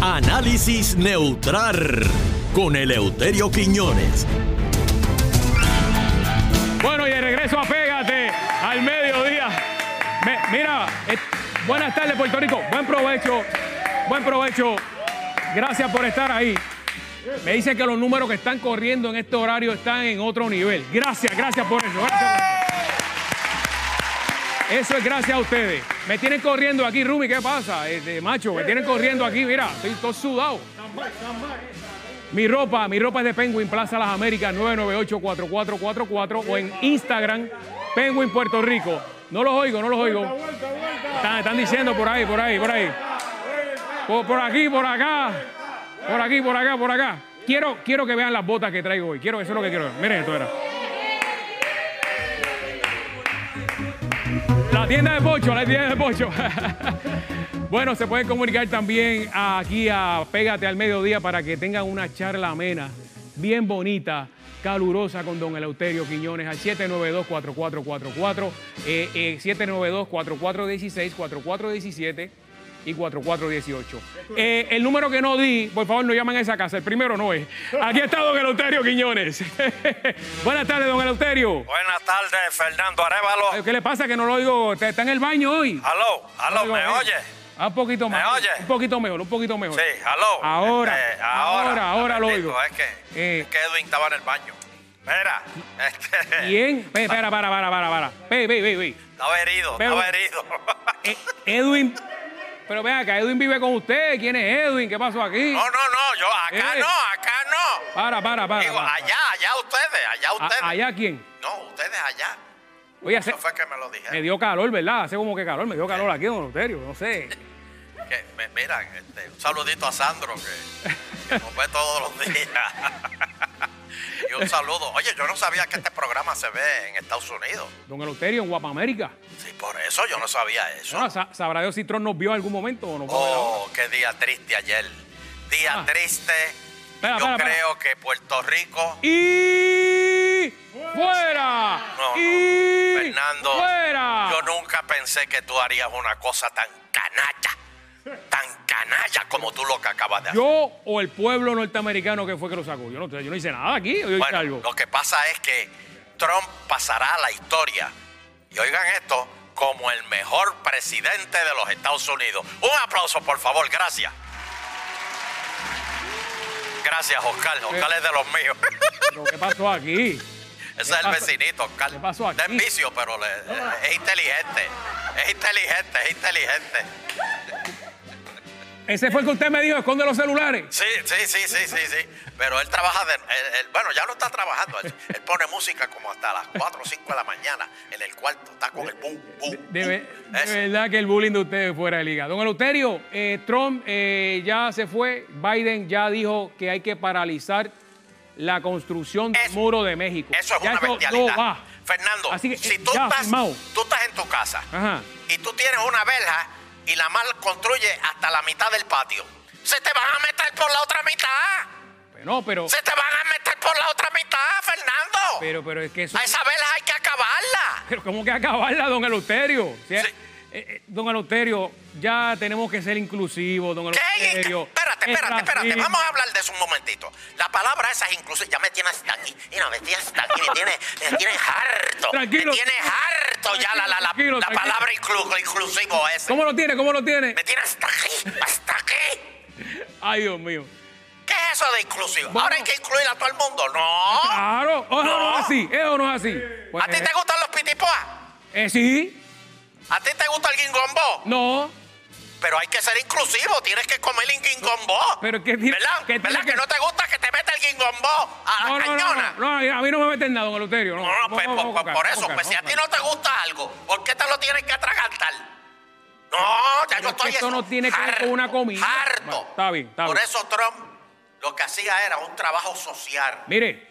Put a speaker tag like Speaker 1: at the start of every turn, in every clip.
Speaker 1: Análisis neutral con Eleuterio Quiñones.
Speaker 2: Bueno, y de regreso a Pégate al mediodía. Me- mira, eh, buenas tardes Puerto Rico, buen provecho, buen provecho. Gracias por estar ahí. Me dicen que los números que están corriendo en este horario están en otro nivel. Gracias, gracias por eso. gracias por eso. Eso es gracias a ustedes. Me tienen corriendo aquí, Rumi, ¿qué pasa? Este, macho, me tienen corriendo aquí, mira, estoy todo sudado. Mi ropa, mi ropa es de Penguin Plaza Las Américas 998-4444 o en Instagram Penguin Puerto Rico. No los oigo, no los oigo. Están, están diciendo por ahí, por ahí, por ahí. Por, por aquí, por acá. Por aquí, por acá, por acá. Quiero, quiero que vean las botas que traigo hoy. Quiero, eso es lo que quiero ver. Miren esto, era. La tienda de Pocho, la tienda de Pocho. bueno, se pueden comunicar también aquí a Pégate al Mediodía para que tengan una charla amena, bien bonita, calurosa con don Eleuterio Quiñones al 792-4444, eh, eh, 792-4416, 4417 y 4418. Eh, el número que no di, por favor, no llamen a esa casa, el primero no es. Aquí está don Eleuterio Quiñones. Buenas tardes, don Eleuterio.
Speaker 3: Buenas tardes, Fernando Arevalo.
Speaker 2: ¿Qué le pasa que no lo oigo? ¿Está está en el baño hoy?
Speaker 3: Aló, aló,
Speaker 2: Oigo,
Speaker 3: ¿me
Speaker 2: eh,
Speaker 3: oye?
Speaker 2: ah, un poquito
Speaker 3: ¿Me
Speaker 2: más.
Speaker 3: oye?
Speaker 2: Un poquito mejor, un poquito mejor.
Speaker 3: Sí, aló.
Speaker 2: Ahora,
Speaker 3: Este,
Speaker 2: ahora, ahora lo
Speaker 3: Bendito,
Speaker 2: oigo.
Speaker 3: Es que,
Speaker 2: Eh.
Speaker 3: es que Edwin estaba en el baño. Mira, este,
Speaker 2: ¿Quién? Ve, Espera, para, para, para, para. Ve, ve, ve, ve.
Speaker 3: estaba herido,
Speaker 2: Pero-
Speaker 3: estaba herido.
Speaker 2: Eh, Edwin. Pero vean acá, Edwin vive con usted. ¿Quién es Edwin? ¿Qué pasó aquí?
Speaker 3: No, no, no, yo acá
Speaker 2: Eh.
Speaker 3: no, acá no.
Speaker 2: Para, para, para.
Speaker 3: Digo,
Speaker 2: para.
Speaker 3: allá, allá ustedes, allá
Speaker 2: A-
Speaker 3: ustedes.
Speaker 2: ¿Allá Eh. quién?
Speaker 3: No, ustedes allá.
Speaker 2: Oye, hace-
Speaker 3: Eso fue que me lo
Speaker 2: me
Speaker 3: dijeron.
Speaker 2: dio calor, ¿verdad? Hace como que calor, me dio calor aquí, don Euterio, no sé.
Speaker 3: Que, me- mira, este, un saludito a Sandro que, que nos ve todos los días. y un saludo. Oye, yo no sabía que este programa se ve en Estados Unidos.
Speaker 2: Don Eleuterio en Guapamérica.
Speaker 3: Sí, por eso yo no sabía eso.
Speaker 2: Bueno, sa- sabrá Dios si Tron nos vio en algún momento o no.
Speaker 3: Oh, qué día triste ayer. Día
Speaker 2: Ah.
Speaker 3: triste.
Speaker 2: Espera,
Speaker 3: yo
Speaker 2: espera, espera.
Speaker 3: creo que Puerto Rico.
Speaker 2: Y fuera.
Speaker 3: No, no.
Speaker 2: y
Speaker 3: Fernando,
Speaker 2: fuera.
Speaker 3: yo nunca pensé que tú harías una cosa tan canalla. Tan canalla como tú lo que acabas de hacer.
Speaker 2: Yo o el pueblo norteamericano que fue que lo sacó. Yo no, yo no hice nada aquí. Yo hice
Speaker 3: bueno,
Speaker 2: algo.
Speaker 3: lo que pasa es que Trump pasará a la historia. Y oigan esto, como el mejor presidente de los Estados Unidos. Un aplauso, por favor, gracias. Gracias,
Speaker 2: Eh,
Speaker 3: Oscar. Oscar es de los míos.
Speaker 2: Pero ¿qué pasó aquí?
Speaker 3: Ese es el
Speaker 2: pasa-
Speaker 3: vecinito, Carlos.
Speaker 2: qué pasó aquí?
Speaker 3: Da en vicio, pero le- es inteligente. Es inteligente, es inteligente.
Speaker 2: Ese fue el que usted me dijo, esconde los celulares.
Speaker 3: Sí, sí, sí, sí, sí, sí. Pero él trabaja, de- él- él- bueno, ya no está trabajando. Él, él pone música como hasta las 4 o 5 de la mañana en el cuarto. Está con el boom, boom.
Speaker 2: De, ve-
Speaker 3: boom.
Speaker 2: de
Speaker 3: Ese.
Speaker 2: verdad que el bullying de ustedes fuera de liga. Don Eleuterio, eh, Trump eh, ya se fue. Biden ya dijo que hay que paralizar la construcción del
Speaker 3: Eso-
Speaker 2: muro de México.
Speaker 3: Eso es
Speaker 2: Ya
Speaker 3: una
Speaker 2: no
Speaker 3: bestialidad.
Speaker 2: va.
Speaker 3: Fernando,
Speaker 2: Así que,
Speaker 3: si
Speaker 2: eh,
Speaker 3: tú
Speaker 2: ya,
Speaker 3: estás,
Speaker 2: firmado.
Speaker 3: tú estás en tu casa
Speaker 2: Ajá.
Speaker 3: y tú tienes una verja y la mal construye hasta la mitad del patio, se te van a meter por la otra mitad.
Speaker 2: Pues No, pero,
Speaker 3: Se te van a meter por la otra mitad, Fernando.
Speaker 2: pero, pero es que eso.
Speaker 3: a esa vela hay que acabarla.
Speaker 2: Pero ¿cómo que acabarla, don Eleuterio? O sea,
Speaker 3: Sí.
Speaker 2: eh, eh, don Eleuterio, ya tenemos que ser inclusivos, don
Speaker 3: ¿Qué?
Speaker 2: Eleuterio.
Speaker 3: Espérate,
Speaker 2: Es
Speaker 3: espérate, espérate.
Speaker 2: racismo.
Speaker 3: Vamos a hablar de eso un momentito. La palabra esa es inclusive. Ya me tiene hasta aquí. Mira, me tiene hasta aquí. Me tiene, me tiene harto.
Speaker 2: Tranquilo.
Speaker 3: Me tiene harto ya la, la, la,
Speaker 2: Tranquilo,
Speaker 3: la
Speaker 2: tranquilo.
Speaker 3: palabra inclu- inclusivo esa.
Speaker 2: ¿Cómo lo tiene? ¿Cómo lo tiene?
Speaker 3: Me tiene hasta aquí. Hasta aquí.
Speaker 2: Ay, Dios mío.
Speaker 3: ¿Qué es eso de inclusivo?
Speaker 2: Bueno.
Speaker 3: Ahora hay que incluir a todo el mundo. No.
Speaker 2: Claro, o no, no es así, ¿Es o no es así. Ah, Pues,
Speaker 3: ¿A ti te gustan los pitipoas?
Speaker 2: eh, sí,
Speaker 3: ¿A ti te gusta el guingombo?
Speaker 2: no.
Speaker 3: Pero hay que ser inclusivo, tienes que comer el guingombó.
Speaker 2: Pero que tiene-
Speaker 3: ¿Verdad?
Speaker 2: que tiene
Speaker 3: ¿Verdad
Speaker 2: que-
Speaker 3: que... no te gusta que te meta el guingombó a
Speaker 2: No,
Speaker 3: la
Speaker 2: no, no,
Speaker 3: cañona?
Speaker 2: no, no, a mí no me meten nada, don Eleuterio. No,
Speaker 3: No, no, pues,
Speaker 2: Vamos,
Speaker 3: pues,
Speaker 2: vamos,
Speaker 3: por,
Speaker 2: vamos,
Speaker 3: eso,
Speaker 2: vamos,
Speaker 3: pues si a
Speaker 2: vamos,
Speaker 3: ti no te gusta algo, ¿por qué te lo tienes que atragantar? No, ya
Speaker 2: Pero
Speaker 3: yo
Speaker 2: es que
Speaker 3: estoy
Speaker 2: esto
Speaker 3: eso-
Speaker 2: no tiene que ver con una comida.
Speaker 3: Harto.
Speaker 2: Bueno, está bien, está
Speaker 3: Por
Speaker 2: bien.
Speaker 3: eso Trump lo que hacía era un trabajo social.
Speaker 2: Mire,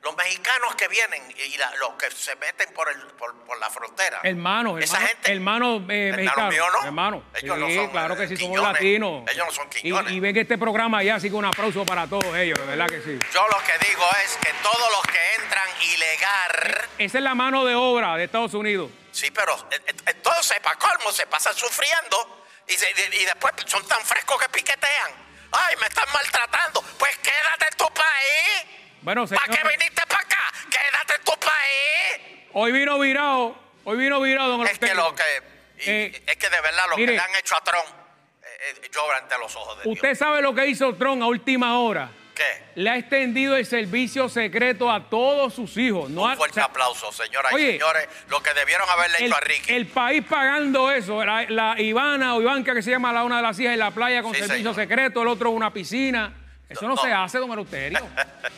Speaker 3: Los mexicanos que vienen y la- los que se meten por, el, por, por la frontera.
Speaker 2: hermano,
Speaker 3: Esa
Speaker 2: hermano,
Speaker 3: gente.
Speaker 2: hermano eh, mexicano.
Speaker 3: mío, ¿no?
Speaker 2: Hermano.
Speaker 3: Ellos
Speaker 2: sí,
Speaker 3: no son,
Speaker 2: claro que
Speaker 3: eh,
Speaker 2: sí, somos
Speaker 3: Quiñones.
Speaker 2: latinos.
Speaker 3: Ellos no son
Speaker 2: Y-
Speaker 3: Quiñones.
Speaker 2: Y, ven este programa allá, así que un aplauso para todos ellos, de verdad que sí.
Speaker 3: Yo lo que digo es que todos los que entran ilegal,
Speaker 2: Esa es la mano de obra de Estados Unidos.
Speaker 3: sí, pero eh, eh, entonces para colmo se pasan sufriendo y, se- y- y después son tan frescos que piquetean. ¡Ay, me están maltratando! Pues quédate en tu país.
Speaker 2: Bueno,
Speaker 3: ¿Para qué
Speaker 2: señores,
Speaker 3: viniste para acá? Quédate en tu país.
Speaker 2: hoy vino virado, hoy vino virado, don
Speaker 3: Es que
Speaker 2: Eleuterio.
Speaker 3: lo que. y-
Speaker 2: Eh,
Speaker 3: es que de verdad lo
Speaker 2: mire.
Speaker 3: que le han hecho a Trump eh, eh, llora ante los ojos de
Speaker 2: Usted
Speaker 3: Dios.
Speaker 2: sabe lo que hizo Trump a última hora.
Speaker 3: ¿Qué?
Speaker 2: Le ha extendido el servicio secreto a todos sus hijos. No
Speaker 3: Un
Speaker 2: ha-
Speaker 3: fuerte
Speaker 2: o sea,
Speaker 3: aplauso, señoras
Speaker 2: oye,
Speaker 3: y señores. Lo que debieron haberle
Speaker 2: el,
Speaker 3: hecho a Ricky.
Speaker 2: el país pagando eso. La, la Ivana o Ivanka, que se llama la una de las hijas, en la playa con
Speaker 3: Sí,
Speaker 2: servicio
Speaker 3: señor.
Speaker 2: secreto, el otro una piscina. Eso no,
Speaker 3: No, no.
Speaker 2: se hace, don Eleuterio.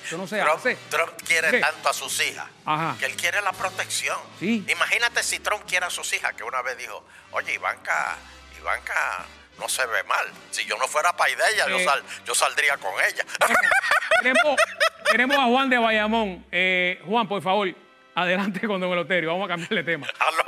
Speaker 2: Eso no se
Speaker 3: Trump,
Speaker 2: hace.
Speaker 3: Trump quiere
Speaker 2: Mire,
Speaker 3: tanto a sus hijas
Speaker 2: Ajá.
Speaker 3: que él quiere la protección.
Speaker 2: Sí.
Speaker 3: Imagínate si Trump quiere a sus hijas, que una vez dijo, oye, Ivanka, Ivanka no se ve mal. Si yo no fuera país de ella, yo,
Speaker 2: Eh.
Speaker 3: sal- yo saldría con ella.
Speaker 2: tenemos, tenemos a Juan de Bayamón. Eh, Juan, por favor, adelante con don Eleuterio. Vamos a cambiarle tema.
Speaker 3: Aló.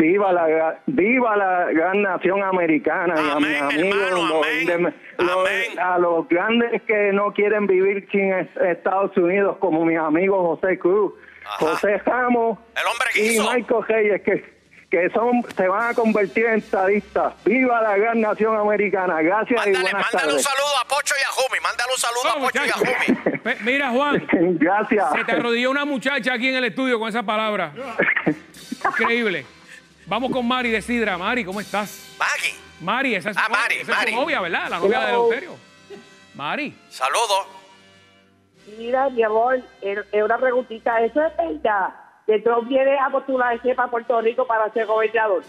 Speaker 4: Viva la, gra- viva la gran nación americana y a
Speaker 3: Amén,
Speaker 4: mis amigos,
Speaker 3: hermano,
Speaker 4: los
Speaker 3: amén.
Speaker 4: indem- los-
Speaker 3: Amén.
Speaker 4: a los grandes que no quieren vivir sin es- Estados Unidos, como mis amigos José Cruz,
Speaker 3: Ajá.
Speaker 4: José Ramos
Speaker 3: El hombre
Speaker 4: y
Speaker 3: guiso.
Speaker 4: Michael Reyes, que, que son se van a convertir en estadistas. Viva la gran nación americana. Gracias y
Speaker 3: Mándale,
Speaker 4: buenas
Speaker 3: mándale un
Speaker 4: tardes.
Speaker 3: saludo a Pocho y a Jumi. Mándale un saludo a
Speaker 2: Vamos,
Speaker 3: Pocho y a
Speaker 2: muchachos.
Speaker 3: Jumi.
Speaker 2: Ve- Mira, Juan,
Speaker 4: Gracias.
Speaker 2: se te arrodilló una muchacha aquí en el estudio con esa palabra. Increíble. Vamos con Mari de Sidra. Mari, ¿cómo estás?
Speaker 3: Maggie,
Speaker 2: Mari, esa es,
Speaker 3: Ah,
Speaker 2: tu novia-
Speaker 3: Mari,
Speaker 2: esa es tu
Speaker 3: Mari.
Speaker 2: novia, ¿verdad? La novia de
Speaker 4: Hello.
Speaker 2: Eleuterio. Mari,
Speaker 3: saludo.
Speaker 5: Mira, mi amor, es es una preguntita. Eso es verdad. Que Trump viene a postularse para Puerto Rico para ser gobernador.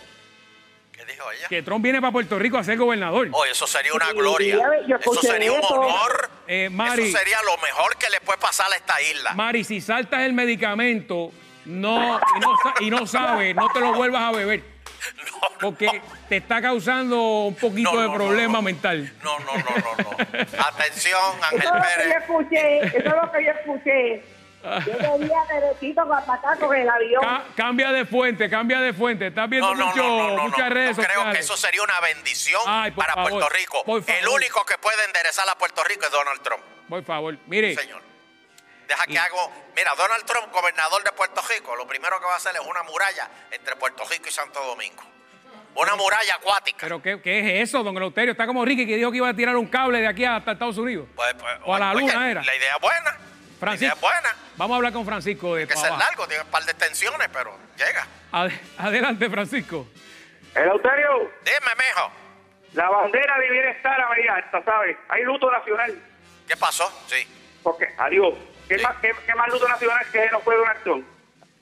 Speaker 3: ¿Qué dijo ella?
Speaker 2: que Trump viene para Puerto Rico a ser gobernador.
Speaker 3: Oh, eso sería una
Speaker 5: Sí,
Speaker 3: gloria.
Speaker 5: yo
Speaker 3: Eso
Speaker 5: escuché
Speaker 3: sería un
Speaker 5: eso.
Speaker 3: honor.
Speaker 2: Eh, Mari.
Speaker 3: Eso sería lo mejor que le puede pasar a esta isla.
Speaker 2: Mari, si saltas el medicamento no, y, no, sa- y no sabes, no te lo vuelvas a beber,
Speaker 3: No, no.
Speaker 2: porque te está causando un poquito
Speaker 3: Oh. No,
Speaker 2: de
Speaker 3: no,
Speaker 2: problema
Speaker 3: no, no.
Speaker 2: mental.
Speaker 3: No, no, no, no, no. Atención,
Speaker 5: Eso
Speaker 3: Ángel
Speaker 5: es lo que yo
Speaker 3: Pérez.
Speaker 5: escuché. Eso es lo que yo escuché. Yo quería derechito para acá con el avión.
Speaker 2: Ca- cambia de fuente, cambia de fuente. Estás viendo
Speaker 3: No, no,
Speaker 2: mucho-
Speaker 3: no, no, no, no.
Speaker 2: muchas redes
Speaker 3: Yo creo que
Speaker 2: sociales.
Speaker 3: eso sería una bendición
Speaker 2: Ay, por
Speaker 3: para
Speaker 2: favor,
Speaker 3: Puerto Rico.
Speaker 2: por favor.
Speaker 3: El único que puede enderezar a Puerto Rico es Donald Trump,
Speaker 2: Por favor, mire,
Speaker 3: señor. Deja que hago. Mira, Donald Trump, gobernador de Puerto Rico, lo primero que va a hacer es una muralla entre Puerto Rico y Santo Domingo. Una muralla acuática.
Speaker 2: ¿pero qué, qué es eso, don Eleuterio? Está como Ricky que dijo que iba a tirar un cable de aquí hasta Estados Unidos.
Speaker 3: Pues, pues,
Speaker 2: o a la
Speaker 3: oye,
Speaker 2: luna era.
Speaker 3: La idea es buena.
Speaker 2: Francisco.
Speaker 3: La idea es buena.
Speaker 2: Vamos a hablar con Francisco de
Speaker 3: Hay que
Speaker 2: Toa
Speaker 3: ser
Speaker 2: Baja.
Speaker 3: largo, tiene un par de extensiones, pero llega.
Speaker 2: Ad- Adelante, Francisco.
Speaker 6: Eleuterio,
Speaker 3: Dime, mijo.
Speaker 6: la bandera debiera estar a media alta, ¿sabes? Hay luto nacional.
Speaker 3: ¿Qué pasó? Sí,
Speaker 6: Porque, adiós. ¿Qué,
Speaker 3: Sí.
Speaker 6: más, qué, qué más luto nacional que no fue Donald Trump?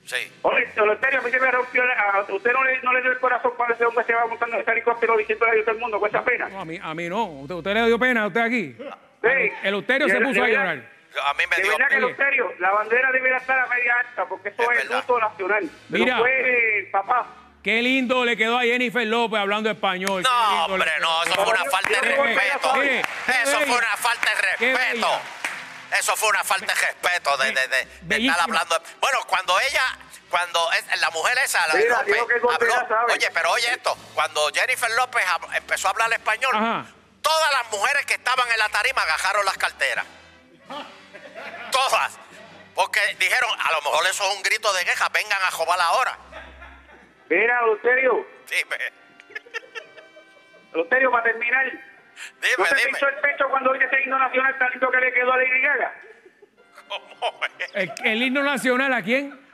Speaker 3: sí.
Speaker 6: Oye, Eleuterio, a mí se me rompió. la- a usted no le, no le dio el corazón cuando ese hombre se va montando en ese helicóptero diciendo a todo el mundo, cuesta pena.
Speaker 2: No, a, mí, a mí no. ¿Usted, usted le dio pena a usted aquí?
Speaker 6: Sí.
Speaker 2: Eleuterio se
Speaker 6: De- de
Speaker 2: puso a
Speaker 6: verdad-
Speaker 2: llorar.
Speaker 3: A mí me
Speaker 6: De
Speaker 3: dio
Speaker 6: verdad que,
Speaker 2: Oye.
Speaker 6: Eleuterio, la bandera debiera estar a media alta, porque eso
Speaker 3: Es
Speaker 6: es,
Speaker 3: verdad.
Speaker 6: luto nacional.
Speaker 2: Mira.
Speaker 6: No fue eh, papá.
Speaker 2: Qué lindo le quedó a Jennifer López hablando español. Qué
Speaker 3: No,
Speaker 2: lindo le
Speaker 3: hombre,
Speaker 2: quedó.
Speaker 3: no, eso fue una falta de
Speaker 2: Qué bella,
Speaker 3: respeto.
Speaker 2: mire, qué
Speaker 3: Eso
Speaker 2: bella.
Speaker 3: fue una falta de
Speaker 2: Qué
Speaker 3: respeto.
Speaker 2: bella.
Speaker 3: Eso fue una falta de respeto de, de- de- de
Speaker 2: Bellísima.
Speaker 3: estar hablando. Bueno, cuando ella, cuando es- la mujer esa, la de
Speaker 6: Mira,
Speaker 3: López,
Speaker 6: dijo que es soltera,
Speaker 3: habló-
Speaker 6: ¿sabe?
Speaker 3: oye, pero oye esto, cuando Jennifer López hab- empezó a hablar español,
Speaker 2: Ajá.
Speaker 3: todas las mujeres que estaban en la tarima agarraron las carteras. Todas. Porque dijeron, a lo mejor eso es un grito de queja, vengan a jobar ahora.
Speaker 6: Mira, Eleuterio,
Speaker 3: Dime,
Speaker 6: Eleuterio, para terminar. ¿No
Speaker 3: dime,
Speaker 6: te
Speaker 3: dime.
Speaker 6: pinchó el pecho cuando oye ese himno nacional tan lindo que le quedó a Lady Gaga?
Speaker 3: ¿Cómo es?
Speaker 2: El, el himno nacional a quién?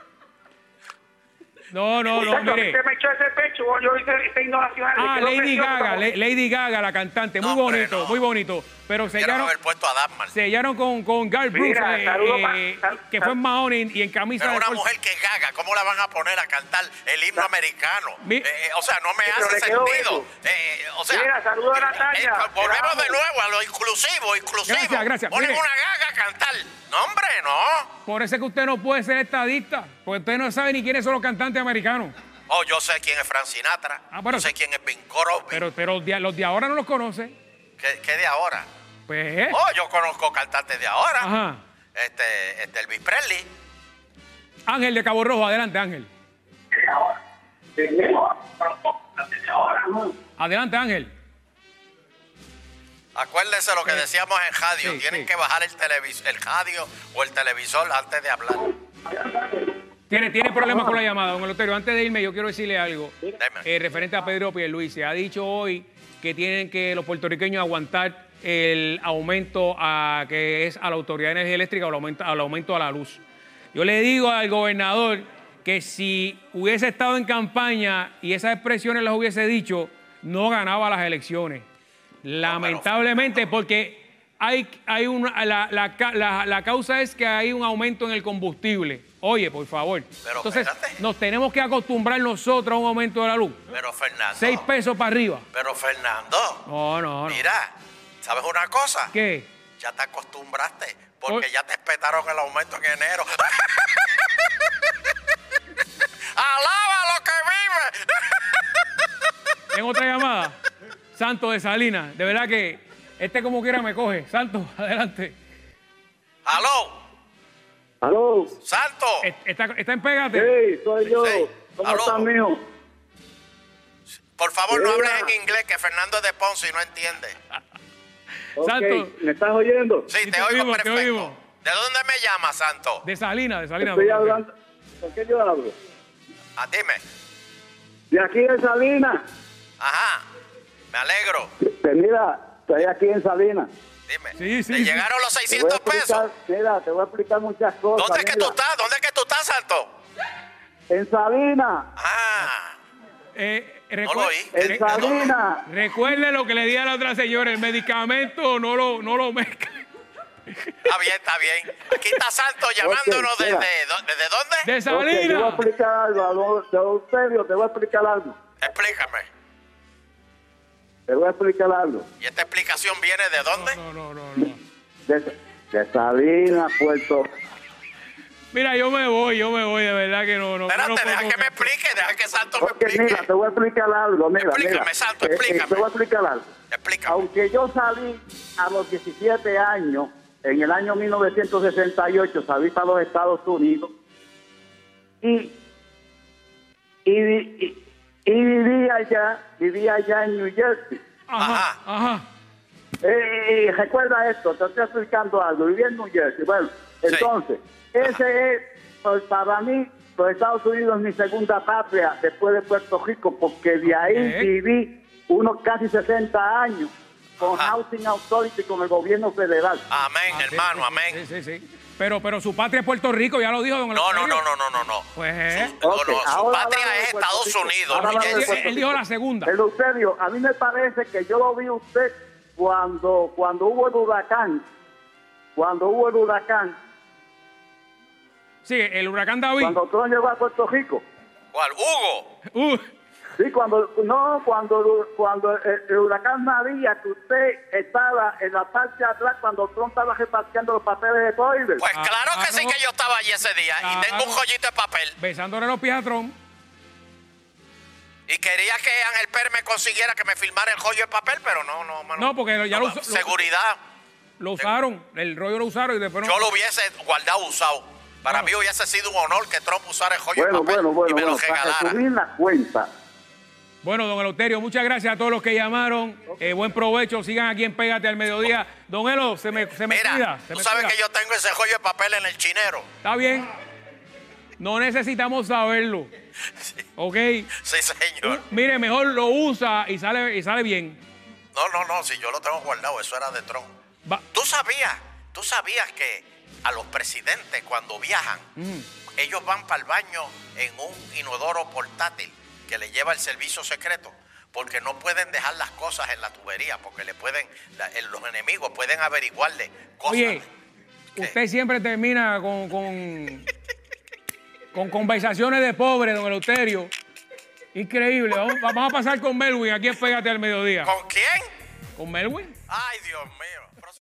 Speaker 2: No, no, no,
Speaker 6: Muchacho, a mí
Speaker 2: mire.
Speaker 6: se me echó ese pecho, yo hice ese himno nacional. le
Speaker 2: Ah,
Speaker 6: quedó
Speaker 2: Lady
Speaker 6: precioso,
Speaker 2: Gaga,
Speaker 6: como-
Speaker 2: Le- Lady Gaga, la cantante. Muy
Speaker 3: No, hombre,
Speaker 2: bonito,
Speaker 3: no.
Speaker 2: muy bonito. Pero
Speaker 3: Quiero
Speaker 2: sellaron,
Speaker 3: haber puesto a Dagmar.
Speaker 2: sellaron con, con Gar Bruce,
Speaker 6: Mira,
Speaker 2: eh,
Speaker 6: saludo pa-
Speaker 2: eh,
Speaker 6: sal-
Speaker 2: que
Speaker 6: sal-
Speaker 2: fue en Mahoney y en camisa
Speaker 3: Pero
Speaker 2: de
Speaker 3: una
Speaker 2: fuerza.
Speaker 3: mujer que gaga, ¿cómo la van a poner a cantar el himno americano?
Speaker 2: Mi-
Speaker 3: Eh, eh, o sea, no me
Speaker 6: Pero
Speaker 3: hace
Speaker 6: le quedó
Speaker 3: sentido.
Speaker 6: eso.
Speaker 3: Eh, o sea,
Speaker 6: Mira, saludo a Natalia.
Speaker 3: volvemos
Speaker 6: Bravo.
Speaker 3: de nuevo a lo inclusivo, inclusivo.
Speaker 2: Gracias, gracias.
Speaker 3: Ponen
Speaker 2: Mire.
Speaker 3: una gaga a cantar. No, hombre, no.
Speaker 2: Por eso es que usted no puede ser estadista, porque usted no sabe ni quiénes son los cantantes americanos.
Speaker 3: Oh, yo sé quién es Frank Sinatra.
Speaker 2: Ah, bueno.
Speaker 3: yo sé quién es Bing Crosby.
Speaker 2: Pero, pero los de- los de ahora no los conoce.
Speaker 3: ¿Qué, qué de ahora?
Speaker 2: Pues, eh.
Speaker 3: Oh, yo conozco cantantes de ahora.
Speaker 2: Ajá.
Speaker 3: Este, este Elvis Presley.
Speaker 2: Ángel de Cabo Rojo, adelante, Ángel. Adelante, Ángel.
Speaker 3: Acuérdense lo que
Speaker 2: Sí.
Speaker 3: decíamos en radio.
Speaker 2: Sí,
Speaker 3: Tienen
Speaker 2: sí.
Speaker 3: que bajar el televisor, el radio o el televisor antes de hablar.
Speaker 2: Tiene, tiene problemas con la llamada, don Eloterio. Antes de irme, yo quiero decirle algo
Speaker 3: Deme.
Speaker 2: eh, referente a Pedro Pierluisi. Ha dicho hoy que tienen que los puertorriqueños aguantar el aumento a, que es a la Autoridad de Energía Eléctrica o el aumento, al aumento a la luz. Yo le digo al gobernador que si hubiese estado en campaña y esas expresiones las hubiese dicho, no ganaba las elecciones. Lamentablemente, porque hay, hay una, la, la ca- la- la causa es que hay un aumento en el combustible. Oye, por favor.
Speaker 3: Pero
Speaker 2: Entonces,
Speaker 3: espérate.
Speaker 2: nos tenemos que acostumbrar nosotros a un aumento de la luz.
Speaker 3: Pero Fernando.
Speaker 2: Seis pesos para arriba.
Speaker 3: Pero Fernando.
Speaker 2: No, no, no.
Speaker 3: Mira, ¿sabes una cosa?
Speaker 2: ¿Qué?
Speaker 3: Ya te acostumbraste, porque
Speaker 2: Oy.
Speaker 3: ya te espetaron el aumento en enero. ¡Alaba lo que vive!
Speaker 2: Tengo otra llamada. Santo de Salinas. De verdad que este como quiera me coge. Santo, adelante.
Speaker 3: ¡Aló!
Speaker 4: Aló,
Speaker 3: ¡Santo!
Speaker 2: Es- Está, está en pégate.
Speaker 4: hey, soy yo.
Speaker 3: Sí.
Speaker 4: ¿Cómo
Speaker 3: Aló.
Speaker 4: estás, mijo?
Speaker 3: Por favor, no
Speaker 4: Mira.
Speaker 3: hables en inglés, que Fernando es de Ponce y no entiende.
Speaker 4: Ok,
Speaker 2: Santo.
Speaker 4: ¿Me estás oyendo?
Speaker 3: Sí,
Speaker 2: Ah, Sí,
Speaker 3: te,
Speaker 2: te
Speaker 3: oigo
Speaker 2: oímos, te
Speaker 3: perfecto.
Speaker 2: oímos.
Speaker 3: ¿De dónde me llamas, Santo?
Speaker 2: De Salinas, de Salinas.
Speaker 4: Estoy hablando. ¿Por qué yo hablo?
Speaker 3: Ah, dime.
Speaker 4: De aquí de Salinas.
Speaker 3: Ajá. Me alegro.
Speaker 4: Pues mira, estoy aquí en Salinas.
Speaker 3: Dime.
Speaker 2: Sí, sí,
Speaker 3: ¿Te
Speaker 2: sí.
Speaker 3: llegaron los
Speaker 4: Te voy a
Speaker 3: 600
Speaker 4: explicar,
Speaker 3: pesos?
Speaker 4: mira, te voy a explicar muchas cosas.
Speaker 3: ¿Dónde es que tú
Speaker 4: mira.
Speaker 3: estás? ¿Dónde es que tú estás, Santo?
Speaker 4: En Salinas,
Speaker 3: Ah,
Speaker 2: Eh,
Speaker 3: no
Speaker 2: recuer-
Speaker 3: lo oí. ¿De-
Speaker 4: en
Speaker 3: de dónde?
Speaker 4: Salinas.
Speaker 2: Recuerde lo que le di a la otra señora, el medicamento no lo, no lo mezcle.
Speaker 3: Está bien, está bien. Aquí está Santo llamándonos
Speaker 4: Ok,
Speaker 3: desde,
Speaker 4: mira.
Speaker 3: ¿desde dónde?
Speaker 2: De
Speaker 4: Ok, te voy a
Speaker 2: Salinas.
Speaker 4: explicar algo, algo, te voy a- serio, te voy a explicar algo.
Speaker 3: Explícame.
Speaker 4: Te voy a explicar algo.
Speaker 3: ¿Y esta explicación viene de dónde?
Speaker 2: No, no, no, no.
Speaker 4: De, de Salinas, Puerto.
Speaker 2: Mira, yo me voy, yo me voy, de verdad que no, no. no
Speaker 3: Espérate,
Speaker 2: puedo
Speaker 3: deja que
Speaker 2: con
Speaker 3: me
Speaker 2: esto.
Speaker 3: explique, deja que Santo me
Speaker 4: Porque mira, te
Speaker 3: explique.
Speaker 4: voy a explicar algo, mira,
Speaker 3: Explícame,
Speaker 4: mira.
Speaker 3: Santo,
Speaker 4: Eh, eh,
Speaker 3: explícame.
Speaker 4: te voy a explicar algo.
Speaker 3: Explícame.
Speaker 4: Aunque yo salí a los 17 años, en el año 1968 salí para los Estados Unidos y, y, y, y viví allá, vivía allá en New Jersey.
Speaker 2: Ajá, ajá.
Speaker 4: Eh, y recuerda esto, te estoy explicando algo, viví en New Jersey. Bueno, entonces, ese es, pues, para mí, los Estados Unidos es mi segunda patria después de Puerto Rico, porque de ahí
Speaker 2: Ok.
Speaker 4: viví unos casi 60 años con
Speaker 3: Ajá.
Speaker 4: Housing Authority, con el gobierno federal.
Speaker 3: Amén, hermano,
Speaker 2: Sí,
Speaker 3: amén.
Speaker 2: sí, sí. Pero, pero su patria es Puerto Rico, ya lo dijo don
Speaker 3: No, no,
Speaker 2: Eleuterio.
Speaker 3: no, no, no, no, no.
Speaker 2: Pues, eh.
Speaker 3: No,
Speaker 4: Ok,
Speaker 3: no, su
Speaker 4: ahora
Speaker 3: patria
Speaker 4: hablamos de
Speaker 3: es
Speaker 4: Puerto
Speaker 3: Estados
Speaker 4: Rico.
Speaker 3: Unidos,
Speaker 4: Ahora
Speaker 3: New
Speaker 4: hablamos de
Speaker 2: Él-
Speaker 3: Jersey.
Speaker 4: Puerto
Speaker 2: Él dijo la segunda.
Speaker 4: Eleuterio, a mí me parece que yo lo vi a usted cuando, cuando hubo el huracán, cuando hubo el huracán,
Speaker 2: Sí, el huracán David.
Speaker 4: cuando Trump llegó a Puerto Rico.
Speaker 3: ¿Cuál? Hugo.
Speaker 2: Uh,
Speaker 4: Sí, cuando, no, cuando, cuando el, el huracán María, que usted estaba en la parte de atrás cuando Trump estaba repartiendo los papeles de Boiler.
Speaker 3: Pues
Speaker 2: Ah,
Speaker 3: claro
Speaker 2: ah,
Speaker 3: que sí
Speaker 2: no.
Speaker 3: que yo estaba allí ese día
Speaker 2: Ah,
Speaker 3: y tengo un
Speaker 2: no.
Speaker 3: joyito de papel.
Speaker 2: besándole los pies a Trump.
Speaker 3: Y quería que Ángel Pérez me consiguiera que me firmara el joyo de papel, pero no, no, mano.
Speaker 2: No, porque ya lo usó- lo-
Speaker 3: Seguridad.
Speaker 2: Lo usaron, el rollo lo usaron y después no.
Speaker 3: Yo lo hubiese guardado usado. Para mí hubiese sido un honor que Trump usara el joyo de
Speaker 4: bueno,
Speaker 3: papel
Speaker 4: bueno, bueno,
Speaker 3: y me
Speaker 4: bueno,
Speaker 3: lo
Speaker 4: para
Speaker 3: regalara.
Speaker 4: resumir la cuenta.
Speaker 2: Bueno, don Eleuterio, muchas gracias a todos los que llamaron. Eh, buen provecho, sigan aquí en Pégate al Mediodía. Don Elo, se me, se me
Speaker 3: Mira,
Speaker 2: cuida, se
Speaker 3: tú
Speaker 2: me
Speaker 3: sabes
Speaker 2: cuida.
Speaker 3: que yo tengo ese joyo de papel en el chinero.
Speaker 2: Está bien. No necesitamos saberlo. ¿Ok?
Speaker 3: Sí, señor.
Speaker 2: Mire, mejor lo usa y sale, y sale bien.
Speaker 3: No, no, no, si yo lo tengo guardado, eso era de Trump.
Speaker 2: Va-
Speaker 3: Tú sabías, tú sabías que a los presidentes cuando viajan, ellos van para el baño en un inodoro portátil que le lleva el servicio secreto, porque no pueden dejar las cosas en la tubería, porque le pueden, la- el- los enemigos pueden averiguarle cosas.
Speaker 2: Oye,
Speaker 3: ¿Qué?
Speaker 2: usted siempre termina con, con, con conversaciones de pobre, don Eleuterio. Increíble. Vamos, vamos a pasar con Melwin. Aquí en Pégate al Mediodía.
Speaker 3: ¿Con quién?
Speaker 2: ¿Con Melwin?
Speaker 3: Ay, Dios mío.